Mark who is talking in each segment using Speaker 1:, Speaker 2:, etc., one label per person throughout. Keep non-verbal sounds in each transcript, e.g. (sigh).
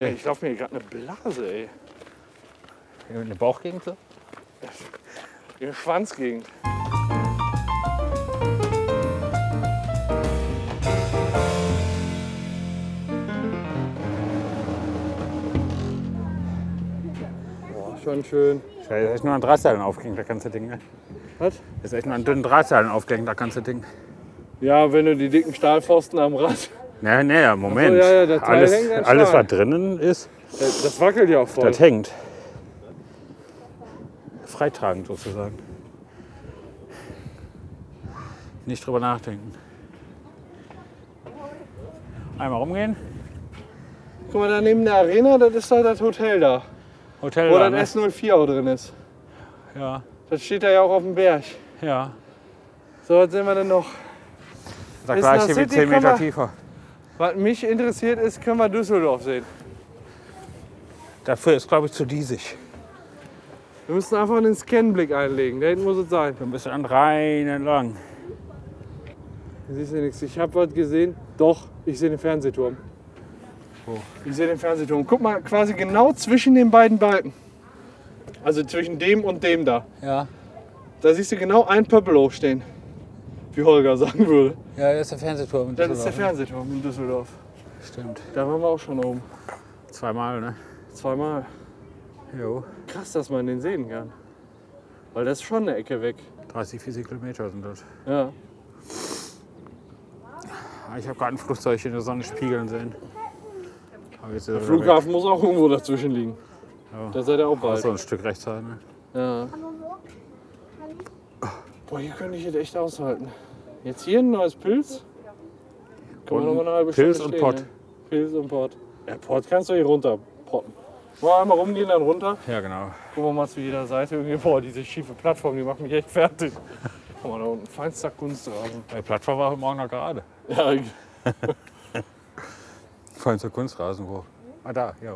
Speaker 1: Ey, Ich laufe mir hier gerade eine Blase, ey.
Speaker 2: Eine Bauchgegend so?
Speaker 1: In der Schwanzgegend. Boah, schon schön.
Speaker 2: Da ist echt nur an Drahtseilen aufgehängt, da ganze Ding. Ne?
Speaker 1: Was?
Speaker 2: Das ist echt nur an dünnen Drahtseilen aufgehängt, da ganze Ding.
Speaker 1: Ja, wenn du die dicken Stahlpfosten am (laughs) Rad.
Speaker 2: Naja, naja, Moment.
Speaker 1: Ach so, ja, ja, der Teil
Speaker 2: alles,
Speaker 1: hängt ganz
Speaker 2: alles,
Speaker 1: stark.
Speaker 2: was drinnen ist,
Speaker 1: Das, das wackelt ja auch voll.
Speaker 2: das hängt. Freitragend sozusagen. Nicht drüber nachdenken. Einmal rumgehen.
Speaker 1: Guck mal, da neben der Arena, das ist da das Hotel da.
Speaker 2: Hotel
Speaker 1: Wo
Speaker 2: da,
Speaker 1: dann
Speaker 2: ne?
Speaker 1: S04 auch drin ist.
Speaker 2: Ja,
Speaker 1: Das steht da ja auch auf dem Berg.
Speaker 2: ja.
Speaker 1: So, was sehen wir denn noch?
Speaker 2: Sag
Speaker 1: Ist
Speaker 2: gleich
Speaker 1: nach
Speaker 2: hier wie
Speaker 1: City
Speaker 2: 10 Meter
Speaker 1: Kammer-
Speaker 2: tiefer.
Speaker 1: Was mich interessiert ist, können wir Düsseldorf sehen.
Speaker 2: Dafür ist, glaube ich, zu diesig.
Speaker 1: Wir müssen einfach einen Scanblick einlegen. Da hinten muss es sein.
Speaker 2: So ein bisschen an reinen lang.
Speaker 1: Du siehst ja nichts. Ich habe was gesehen. Doch, ich sehe den Fernsehturm.
Speaker 2: Wo?
Speaker 1: Oh, Ich sehe den Fernsehturm. Guck mal, quasi genau zwischen den beiden Balken. Also zwischen dem und dem da.
Speaker 2: Ja,
Speaker 1: Da siehst du genau ein Pöppel stehen. Wie Holger sagen würde.
Speaker 2: ja, das ist der Fernsehturm.
Speaker 1: Das ist der Fernsehturm in Düsseldorf.
Speaker 2: Stimmt.
Speaker 1: Da waren wir auch schon oben.
Speaker 2: Zweimal, ne?
Speaker 1: Zweimal.
Speaker 2: Jo.
Speaker 1: Krass, dass man den sehen kann. Weil das ist schon eine Ecke weg.
Speaker 2: 30, 40 Kilometer sind das.
Speaker 1: Ja.
Speaker 2: Ah, Ich habe gerade ein Flugzeug in der Sonne spiegeln sehen. Aber jetzt ist er wieder
Speaker 1: Flughafen muss auch irgendwo dazwischen liegen.
Speaker 2: Ja.
Speaker 1: Da seid ihr auch
Speaker 2: weg. Muss
Speaker 1: bald.
Speaker 2: so ein Stück rechts sein. Ne?
Speaker 1: Ja. Boah, hier könnte ich jetzt echt aushalten. Jetzt hier ein neues Pilz. Kann man
Speaker 2: Und
Speaker 1: noch mal eine halbe
Speaker 2: Pilz
Speaker 1: Stunde
Speaker 2: und
Speaker 1: stehen,
Speaker 2: Pott.
Speaker 1: ne? Pilz und Pott. Ja, Pott kannst du hier runter potten. Mal einmal rumgehen, dann runter.
Speaker 2: Ja, genau.
Speaker 1: Gucken wir mal zu jeder Seite. Irgendwie, boah, diese schiefe Plattform, die macht mich echt fertig. Guck mal, da unten feinster Kunstrasen.
Speaker 2: Die Plattform war heute Morgen noch gerade.
Speaker 1: Ja,
Speaker 2: Vor allem zur Kunstrasen, wo? Ah, da, ja.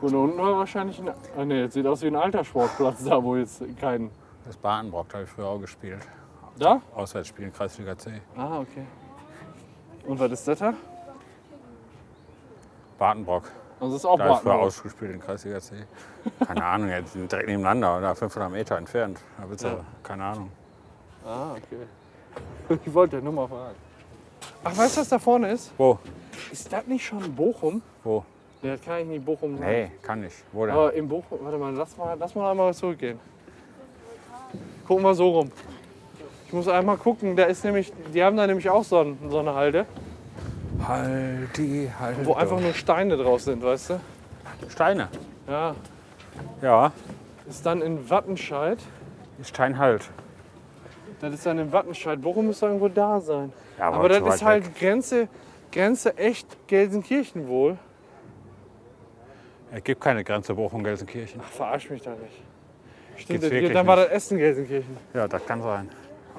Speaker 1: und unten war wahrscheinlich ein. Ah, nee, jetzt sieht aus wie ein Alterssportplatz da, wo jetzt kein.
Speaker 2: Das Bahnbrock, da habe ich früher auch gespielt.
Speaker 1: Da?
Speaker 2: Auswärtsspielen, Kreisliga C.
Speaker 1: Ah, okay. Und was ist das da?
Speaker 2: Badenbrock.
Speaker 1: Also das ist auch
Speaker 2: Da habe ich früher
Speaker 1: Baden.
Speaker 2: ausgespielt in Kreisliga C. Keine Ahnung, jetzt sind direkt nebeneinander oder 500 Meter entfernt. Da wird's ja. Keine Ahnung.
Speaker 1: Ah, okay. (laughs) Ich wollte nur mal fragen. Ach, weißt du, was da vorne ist?
Speaker 2: Wo?
Speaker 1: Ist das nicht schon Bochum?
Speaker 2: Wo?
Speaker 1: Nee, das kann ich nicht Bochum sagen.
Speaker 2: Nee, kann nicht. Wo denn?
Speaker 1: Aber in Bochum, warte mal, lass mal, lass mal einmal zurückgehen. Gucken wir so rum. Ich muss einmal gucken, da ist nämlich, die haben da nämlich auch so, ein, so eine Halde,
Speaker 2: Halt die, halt.
Speaker 1: wo einfach nur Steine drauf sind, weißt du?
Speaker 2: Steine.
Speaker 1: Ja,
Speaker 2: Ja,
Speaker 1: ist dann in Wattenscheid.
Speaker 2: Stein halt.
Speaker 1: Das ist dann in Wattenscheid. Bochum muss irgendwo da sein.
Speaker 2: Ja,
Speaker 1: Aber
Speaker 2: zu
Speaker 1: das
Speaker 2: weit
Speaker 1: ist halt
Speaker 2: weg.
Speaker 1: Grenze, Grenze echt Gelsenkirchen wohl.
Speaker 2: Es gibt keine Grenze Bochum-Gelsenkirchen.
Speaker 1: Verarsch mich da nicht. Stimmt,
Speaker 2: Gibt's
Speaker 1: das,
Speaker 2: wirklich
Speaker 1: dann war das Essen Gelsenkirchen.
Speaker 2: Ja, das kann sein.
Speaker 1: Ja,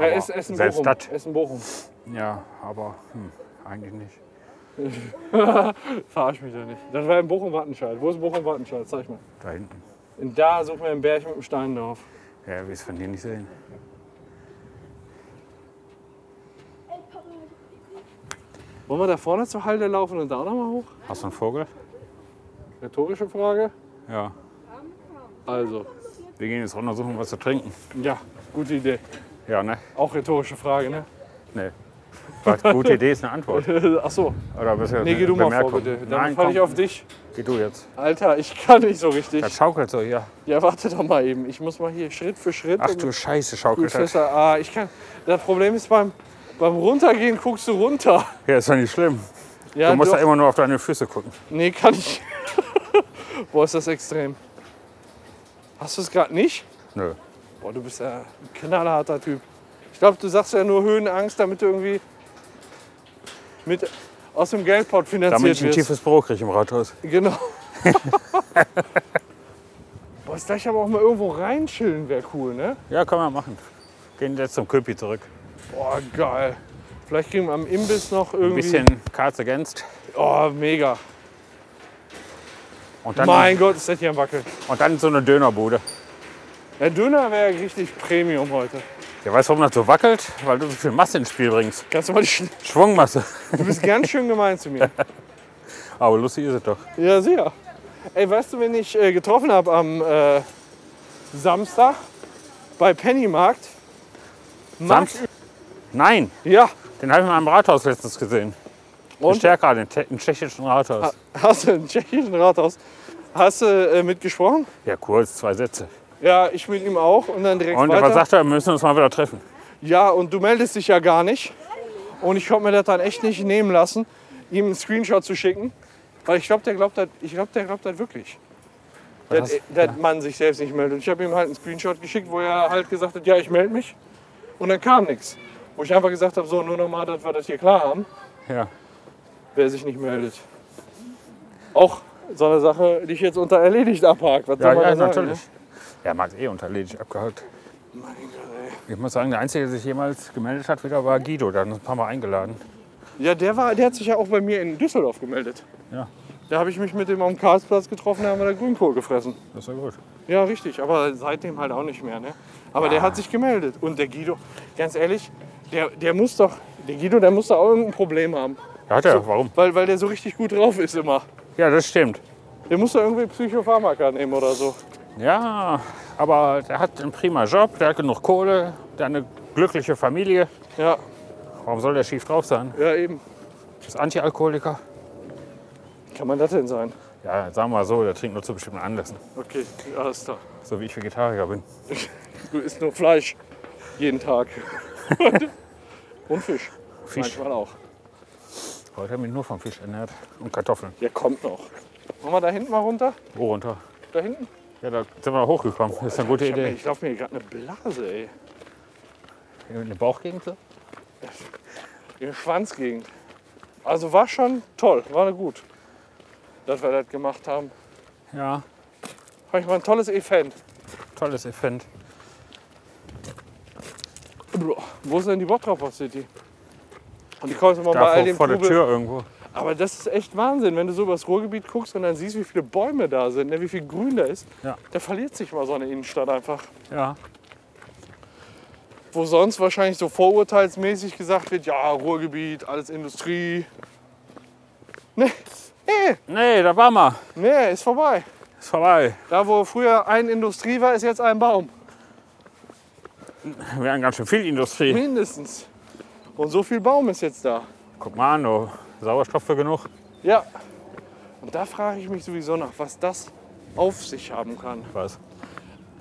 Speaker 2: Aber
Speaker 1: Essen, Essen
Speaker 2: selbst
Speaker 1: Bochum.
Speaker 2: das.
Speaker 1: Essen Bochum.
Speaker 2: Ja, aber hm, eigentlich nicht.
Speaker 1: Verarsch mich da nicht. Das war in Bochum Wattenscheid. Wo ist Bochum Wattenscheid? Zeig mal.
Speaker 2: Da hinten.
Speaker 1: Und da sucht man einen Berg mit einem Stein drauf.
Speaker 2: Ja, wir es von hier nicht sehen.
Speaker 1: Wollen wir da vorne zur Halde laufen und da auch nochmal hoch?
Speaker 2: Hast du einen Vogel?
Speaker 1: Rhetorische Frage.
Speaker 2: Ja.
Speaker 1: Also,
Speaker 2: Wir gehen jetzt runter suchen, was zu trinken.
Speaker 1: ja, gute Idee.
Speaker 2: Ja, ne?
Speaker 1: Auch rhetorische Frage, ne? (laughs)
Speaker 2: Nee. (laughs) Was, gute Idee ist eine Antwort.
Speaker 1: Ach so.
Speaker 2: Oder was
Speaker 1: Nee, geh du mal vor, bitte. Dann
Speaker 2: Nein,
Speaker 1: falle
Speaker 2: komm,
Speaker 1: ich auf dich.
Speaker 2: geh du jetzt.
Speaker 1: Alter, ich kann nicht so richtig.
Speaker 2: Das schaukelt so hier.
Speaker 1: Ja, warte doch mal eben. Ich muss mal hier Schritt für Schritt.
Speaker 2: Ach
Speaker 1: und
Speaker 2: du Scheiße,
Speaker 1: Gut,
Speaker 2: schaukelt das.
Speaker 1: Schwester, ah, ich kann. Das Problem ist beim, beim Runtergehen guckst du runter.
Speaker 2: Ja, ist doch nicht schlimm.
Speaker 1: Ja,
Speaker 2: du musst
Speaker 1: doch.
Speaker 2: ja immer nur auf deine Füße gucken.
Speaker 1: Nee, kann ich. (laughs) Boah, ist das extrem. Hast du es gerade nicht?
Speaker 2: Nö.
Speaker 1: Boah, du bist ja ein knallharter Typ. Ich glaube, du sagst ja nur Höhenangst, damit du irgendwie mit aus dem Geldpot
Speaker 2: Damit
Speaker 1: finanziert
Speaker 2: ich ein
Speaker 1: wirst.
Speaker 2: tiefes Brot kriege im Rathaus. (laughs)
Speaker 1: Genau. (laughs) Boah, ist gleich aber auch mal irgendwo reinschillen wäre cool, ne?
Speaker 2: Ja, kann man machen. Gehen jetzt zum Köpi zurück.
Speaker 1: Boah, geil. Vielleicht kriegen wir am Imbiss noch irgendwie.
Speaker 2: Ein bisschen Cards Against.
Speaker 1: Oh, mega.
Speaker 2: Und dann,
Speaker 1: mein Gott, ist das hier am Wackeln.
Speaker 2: und dann so eine Dönerbude.
Speaker 1: Der Döner wäre richtig Premium heute.
Speaker 2: Ja, weißt du, warum das so wackelt? Weil du so viel Masse ins Spiel bringst.
Speaker 1: Kannst du mal die Schn
Speaker 2: Schwungmasse. (laughs)
Speaker 1: Du bist ganz schön gemein zu mir.
Speaker 2: Aber lustig ist es doch.
Speaker 1: Ja, sicher. Ey, weißt du, wenn ich äh, getroffen habe am äh, Samstag bei Pennymarkt? Mark-
Speaker 2: Samst- Nein,
Speaker 1: Ja.
Speaker 2: den habe ich mal im Rathaus letztens gesehen.
Speaker 1: Und?
Speaker 2: In Stärker, den, Te- im tschechischen Rathaus.
Speaker 1: Hast du im tschechischen Rathaus? Hast du äh, mitgesprochen?
Speaker 2: Ja, kurz, zwei Sätze.
Speaker 1: Ja, ich mit ihm auch und dann direkt
Speaker 2: Und
Speaker 1: weiter.
Speaker 2: was sagt er? Wir müssen uns mal wieder treffen.
Speaker 1: ja, und du meldest dich ja gar nicht. Und ich konnte mir das dann echt nicht nehmen lassen, ihm einen Screenshot zu schicken. Weil ich glaube, der glaubt das, ich glaub, der glaubt das wirklich. Dass
Speaker 2: hast-
Speaker 1: dass man sich selbst nicht meldet. Und ich habe ihm halt einen Screenshot geschickt, wo er halt gesagt hat, ja, ich melde mich. Und dann kam nichts. Wo ich einfach gesagt habe, so, nur nochmal, dass wir das hier klar haben,
Speaker 2: Ja.
Speaker 1: wer sich nicht meldet. Auch so eine Sache, die ich jetzt unter erledigt abhake. Was
Speaker 2: Ja,
Speaker 1: soll man
Speaker 2: ja,
Speaker 1: da sagen, ne?
Speaker 2: natürlich. Ja, Marc eh unterledig abgehakt. Ich muss sagen, der Einzige, der sich jemals gemeldet hat, wieder war Guido. Der hat uns ein paar Mal eingeladen.
Speaker 1: Ja, der, war, der hat sich ja auch bei mir in Düsseldorf gemeldet.
Speaker 2: Ja.
Speaker 1: Da habe ich mich mit dem am Karlsplatz getroffen, da haben wir da Grünkohl gefressen.
Speaker 2: Das war gut.
Speaker 1: Ja, richtig, aber seitdem halt auch nicht mehr. Ne? Aber der hat sich gemeldet. Und der Guido, ganz ehrlich, der, der muss doch, der Guido, der muss doch auch irgendein Problem haben.
Speaker 2: Ja, hat er. Warum?
Speaker 1: Weil, weil der so richtig gut drauf ist immer.
Speaker 2: Ja, das stimmt.
Speaker 1: Der muss doch irgendwie Psychopharmaka nehmen oder so.
Speaker 2: Ja, aber der hat einen prima Job, der hat genug Kohle, der hat eine glückliche Familie.
Speaker 1: Ja,
Speaker 2: Warum soll der schief drauf sein?
Speaker 1: ja eben.
Speaker 2: Ist Antialkoholiker?
Speaker 1: Kann man das denn sein?
Speaker 2: Ja, sagen wir mal so, der trinkt nur zu bestimmten Anlässen.
Speaker 1: Okay, alles klar.
Speaker 2: So wie ich Vegetarier bin.
Speaker 1: Du isst nur Fleisch. Jeden
Speaker 2: (laughs)
Speaker 1: Tag. Und Fisch.
Speaker 2: Fisch.
Speaker 1: Manchmal auch.
Speaker 2: Heute habe ich mich nur vom Fisch ernährt. Und Kartoffeln.
Speaker 1: Der kommt noch. Wollen wir da hinten mal runter?
Speaker 2: Oh, runter.
Speaker 1: Da hinten?
Speaker 2: Ja, da sind wir hochgekommen. Das ist eine gute
Speaker 1: Ich, hab mir-
Speaker 2: Idee.
Speaker 1: ich laufe mir hier gerade eine Blase, ey.
Speaker 2: Eine Bauchgegend? so?
Speaker 1: In der Schwanzgegend. Also war schon toll, war gut, dass wir das gemacht haben.
Speaker 2: Ja,
Speaker 1: Fand ich mal ein tolles Event.
Speaker 2: tolles Event.
Speaker 1: Wo ist denn die Bottroper City? Und die kommst immer bei
Speaker 2: Da
Speaker 1: all
Speaker 2: vor,
Speaker 1: dem
Speaker 2: vor der
Speaker 1: Trubel.
Speaker 2: Tür irgendwo.
Speaker 1: Aber das ist echt Wahnsinn, wenn du so übers Ruhrgebiet guckst und dann siehst, wie viele Bäume da sind, ne, wie viel Grün da ist.
Speaker 2: Ja.
Speaker 1: Da verliert sich mal so eine Innenstadt einfach.
Speaker 2: Ja.
Speaker 1: Wo sonst wahrscheinlich so vorurteilsmäßig gesagt wird, ja, Ruhrgebiet, alles Industrie. Nee, nee,
Speaker 2: Nee, da war mal.
Speaker 1: nee, ist vorbei.
Speaker 2: Ist vorbei.
Speaker 1: Da, wo früher ein Industrie war, ist jetzt ein Baum.
Speaker 2: Wir haben ganz schön viel Industrie.
Speaker 1: Mindestens. Und so viel Baum ist jetzt da.
Speaker 2: Guck mal an, oh, Sauerstoff für genug.
Speaker 1: Ja. Und da frage ich mich sowieso nach, was das auf sich haben kann.
Speaker 2: Was?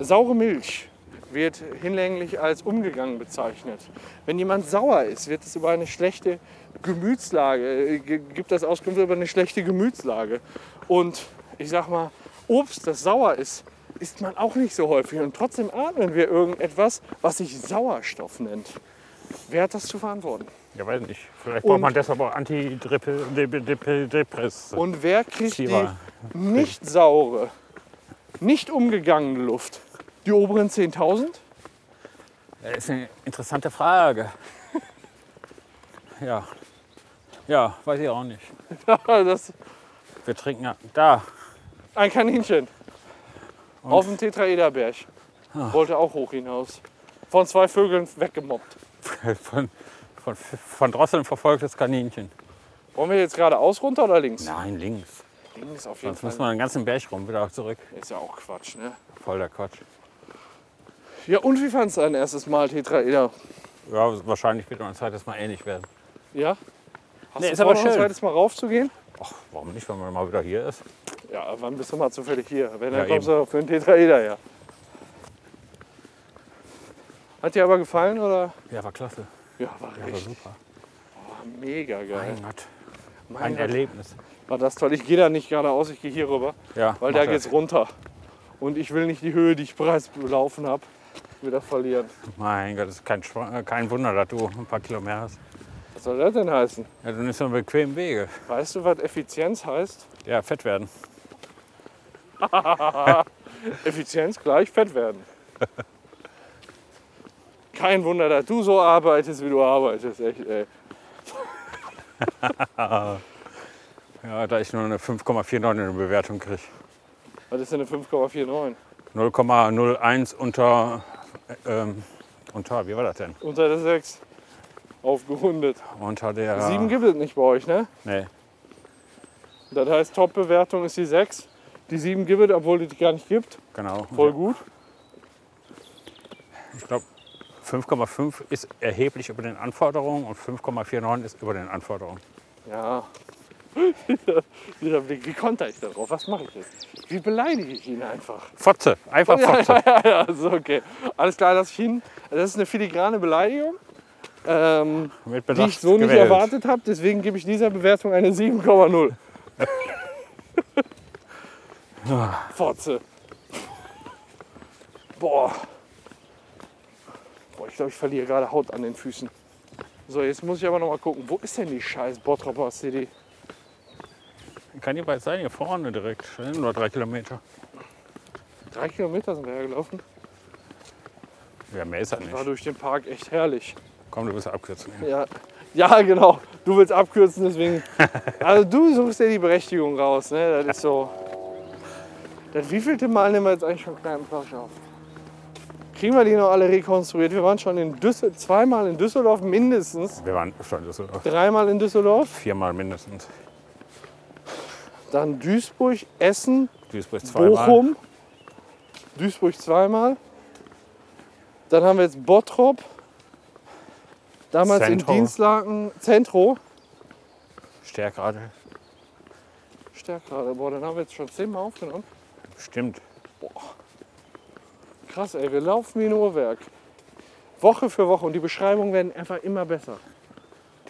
Speaker 1: Saure Milch wird hinlänglich als umgegangen bezeichnet. Wenn jemand sauer ist, wird es über eine schlechte Gemütslage, äh, ge- gibt das Auskunft über eine schlechte Gemütslage. Und ich sag mal, Obst, das sauer ist, isst man auch nicht so häufig. Und trotzdem atmen wir irgendetwas, was sich Sauerstoff nennt. Wer hat das zu verantworten?
Speaker 2: Ja, weiß nicht. Vielleicht
Speaker 1: Und-
Speaker 2: braucht man deshalb auch Antidepressiva.
Speaker 1: Und wer kriegt die nicht saure, nicht umgegangene Luft? Die oberen 10.000?
Speaker 2: Das ist eine interessante Frage. ja. Ja, weiß ich auch nicht.
Speaker 1: (laughs) das
Speaker 2: Wir trinken ja da. (laughs)
Speaker 1: Ein Kaninchen. Auf dem Tetraederberg.
Speaker 2: Ah.
Speaker 1: Wollte auch hoch hinaus. Von zwei Vögeln weggemobbt.
Speaker 2: Von, von, von Drosseln verfolgtes Kaninchen.
Speaker 1: Wollen wir jetzt geradeaus runter oder links?
Speaker 2: Nein, links.
Speaker 1: Links auf jeden
Speaker 2: Sonst müssen
Speaker 1: Fall.
Speaker 2: wir den ganzen Berg rum wieder zurück.
Speaker 1: Ist ja auch Quatsch, ne?
Speaker 2: Voll der Quatsch.
Speaker 1: Ja, und wie fandst du dein erstes Mal Tetraeder?
Speaker 2: Ja, wahrscheinlich wird mein zweites Mal ähnlich werden.
Speaker 1: Ja? Hast
Speaker 2: Nee,
Speaker 1: du
Speaker 2: ist
Speaker 1: vor,
Speaker 2: aber
Speaker 1: noch ein
Speaker 2: schön.
Speaker 1: zweites Mal raufzugehen?
Speaker 2: Ach, warum nicht, wenn man mal wieder hier ist?
Speaker 1: Ja, wann bist du mal zufällig hier? Wenn, dann
Speaker 2: Ja,
Speaker 1: kommst du für ein Tetraeder, ja. Hat dir aber gefallen, oder?
Speaker 2: Ja, war klasse.
Speaker 1: Ja, war
Speaker 2: Ja, war
Speaker 1: richtig Oh,
Speaker 2: super.
Speaker 1: mega geil.
Speaker 2: Mein Gott.
Speaker 1: Mein
Speaker 2: Ein
Speaker 1: Gott,
Speaker 2: Erlebnis.
Speaker 1: war das toll. Ich gehe da nicht geradeaus, ich gehe hier rüber.
Speaker 2: Ja,
Speaker 1: Weil
Speaker 2: mach
Speaker 1: da
Speaker 2: das.
Speaker 1: geht's runter. Und ich will nicht die Höhe, die ich bereits belaufen habe, wieder verlieren.
Speaker 2: Mein Gott, das ist kein, Schwa- äh, kein Wunder, dass du ein paar Kilometer hast.
Speaker 1: Was soll das denn heißen?
Speaker 2: Ja, du nimmst so einen bequemen Wege.
Speaker 1: Weißt du, was Effizienz heißt?
Speaker 2: Ja, fett werden.
Speaker 1: Effizienz gleich fett
Speaker 2: (laughs)
Speaker 1: werden. Kein Wunder, dass du so arbeitest, wie du arbeitest. Echt, ey.
Speaker 2: Ja, da ich nur eine 5,49 in der Bewertung kriege.
Speaker 1: Was ist denn eine 5,49?
Speaker 2: 0,01 unter, äh, ähm, unter, wie war das denn?
Speaker 1: Unter der 6. Aufgerundet.
Speaker 2: Unter der...
Speaker 1: 7 gibt es nicht bei euch, ne?
Speaker 2: Nee,
Speaker 1: Das heißt, Top-Bewertung ist die 6. die sieben gibt, obwohl es die gar nicht gibt.
Speaker 2: Genau.
Speaker 1: Voll gut.
Speaker 2: Ich glaube, 5,5 ist erheblich über den Anforderungen und 5,49 ist über den Anforderungen.
Speaker 1: Ja. (laughs) Dieser Blick, wie konter ich darauf? Was mache ich jetzt? Wie beleidige ich ihn einfach? (laughs)
Speaker 2: Fotze, einfach Fotze.
Speaker 1: Ja, ja, so, okay. Alles klar, lass ich hin. Also, Das ist eine filigrane Beleidigung, ähm,
Speaker 2: Mit
Speaker 1: die
Speaker 2: Bedacht
Speaker 1: ich so nicht
Speaker 2: gewählt.
Speaker 1: erwartet habe. Deswegen gebe ich dieser Bewertung eine 7,0. Fotze. Boah. Boah, ich glaube, ich verliere gerade Haut an den Füßen. So, jetzt muss ich aber noch mal gucken, wo ist denn die scheiß Bottroper City?
Speaker 2: Kann hier bald sein, hier vorne direkt. Das sind Nur drei Kilometer.
Speaker 1: Drei Kilometer sind wir hergelaufen.
Speaker 2: Ja, mehr ist das
Speaker 1: War
Speaker 2: nicht.
Speaker 1: durch den Park echt herrlich.
Speaker 2: Komm, du wirst abkürzen.
Speaker 1: Ja, ja genau. Du willst abkürzen, (laughs) deswegen. Also du suchst dir die Berechtigung raus, ne? Das ist so. Das wievielte Mal nehmen wir jetzt eigentlich schon kleinen Plausch auf? Kriegen wir die noch alle rekonstruiert? Wir waren schon in Düssel zweimal in Düsseldorf mindestens,
Speaker 2: Wir waren schon so
Speaker 1: dreimal in Düsseldorf,
Speaker 2: viermal mindestens.
Speaker 1: dann Duisburg, Essen,
Speaker 2: Duisburg zweimal.
Speaker 1: Bochum, Duisburg zweimal. Dann haben wir jetzt Bottrop, damals
Speaker 2: Zentro.
Speaker 1: in Dienstlaken, Zentro.
Speaker 2: Stärkrade.
Speaker 1: Stärkrade, boah, dann haben wir jetzt schon zehnmal aufgenommen.
Speaker 2: Stimmt.
Speaker 1: Krass, ey, wir laufen wie ein Uhrwerk. Woche für Woche und die Beschreibungen werden einfach immer besser.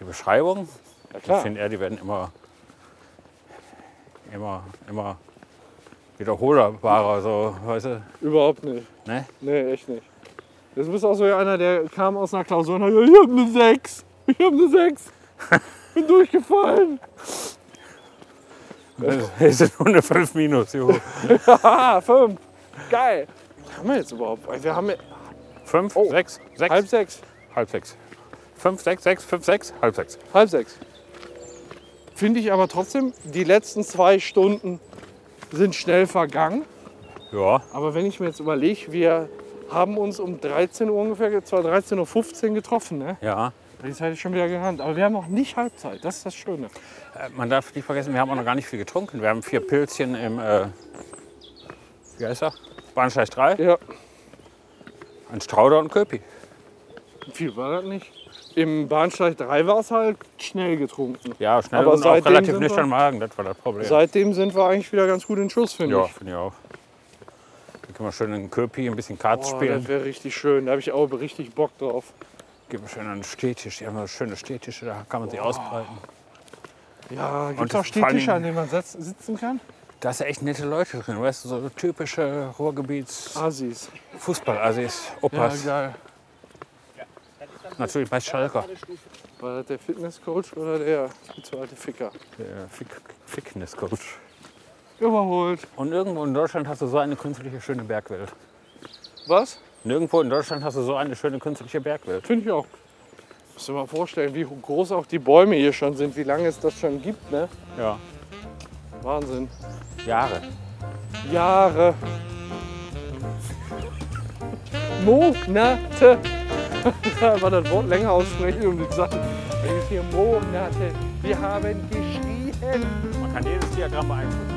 Speaker 2: Die Beschreibung,
Speaker 1: Ja
Speaker 2: ich
Speaker 1: klar,
Speaker 2: finde eher, die werden immer, immer, immer wiederholbarer. So, weißt du?
Speaker 1: überhaupt nicht.
Speaker 2: Ne?
Speaker 1: Nee, echt nicht. Das bist auch so einer, der kam aus einer Klausur und hat gesagt, ich hab eine 6, ich hab eine 6, bin durchgefallen.
Speaker 2: (laughs) Es sind nur eine 5 minus. Juhu.
Speaker 1: Oh. Haha, 5, Ah, geil. Was haben wir jetzt überhaupt? Ey, Wir haben ja-
Speaker 2: 5,
Speaker 1: Oh.
Speaker 2: 6, 6,
Speaker 1: halb
Speaker 2: halb,
Speaker 1: sechs,
Speaker 2: halb 6. 5, 6, 6, 5, 6, halb 6.
Speaker 1: halb sechs. Finde ich aber trotzdem, die letzten zwei Stunden sind schnell vergangen.
Speaker 2: Ja,
Speaker 1: Aber wenn ich mir jetzt überlege, wir haben uns um 13 Uhr ungefähr, zwar 13.15 Uhr getroffen, ne?
Speaker 2: ja.
Speaker 1: Die Zeit ist schon wieder gerannt. Aber wir haben auch nicht Halbzeit, das ist das Schöne.
Speaker 2: Äh, Man darf nicht vergessen, wir haben auch noch gar nicht viel getrunken. Wir haben vier Pilzchen im, äh, wie heißt er? Bahnsteig 3,
Speaker 1: Ja,
Speaker 2: ein Strauder und Köpi.
Speaker 1: viel war das nicht. Im Bahnsteig 3 war es halt schnell getrunken.
Speaker 2: Ja, schnell
Speaker 1: Aber
Speaker 2: und auch
Speaker 1: seitdem
Speaker 2: relativ
Speaker 1: sind wir-
Speaker 2: nüchtern Magen, das war das Problem.
Speaker 1: Seitdem sind wir eigentlich wieder ganz gut in Schuss, finde
Speaker 2: ja,
Speaker 1: ich.
Speaker 2: finde ich auch. Da können wir schön einen Köpi, ein bisschen
Speaker 1: Boah,
Speaker 2: Kart
Speaker 1: das
Speaker 2: spielen.
Speaker 1: wäre richtig schön, da habe ich auch richtig Bock drauf.
Speaker 2: Gehen wir schön an den Stehtisch. Die haben so schöne Stehtische, da kann man sich ausbreiten.
Speaker 1: Ja, gibt
Speaker 2: Und
Speaker 1: es auch
Speaker 2: das- vor allen
Speaker 1: Stehtische, an
Speaker 2: Dingen-
Speaker 1: denen man setz- sitzen kann?
Speaker 2: Da sind echt nette Leute drin, weißt du, so typische Ruhrgebiets
Speaker 1: Assis.
Speaker 2: fußball assis
Speaker 1: Ja,
Speaker 2: Opas.
Speaker 1: geil.
Speaker 2: Natürlich meist Schalker.
Speaker 1: War das der Fitnesscoach oder der zu alte Ficker?
Speaker 2: Der Fick- Fitnesscoach.
Speaker 1: Überholt.
Speaker 2: Und irgendwo in Deutschland hast du so eine künstliche, schöne Bergwelt.
Speaker 1: Was?
Speaker 2: Nirgendwo in Deutschland hast du so eine schöne künstliche Bergwelt.
Speaker 1: Finde ich auch. Musst du dir mal vorstellen, wie groß auch die Bäume hier schon sind, wie lange es das schon gibt, ne?
Speaker 2: Ja.
Speaker 1: Wahnsinn.
Speaker 2: Jahre.
Speaker 1: Jahre. Monate. (laughs) War das Wort länger aussprechen um und gesagt, hier Monate. Wir haben geschrien.
Speaker 2: Man kann jedes Diagramm beeinflussen.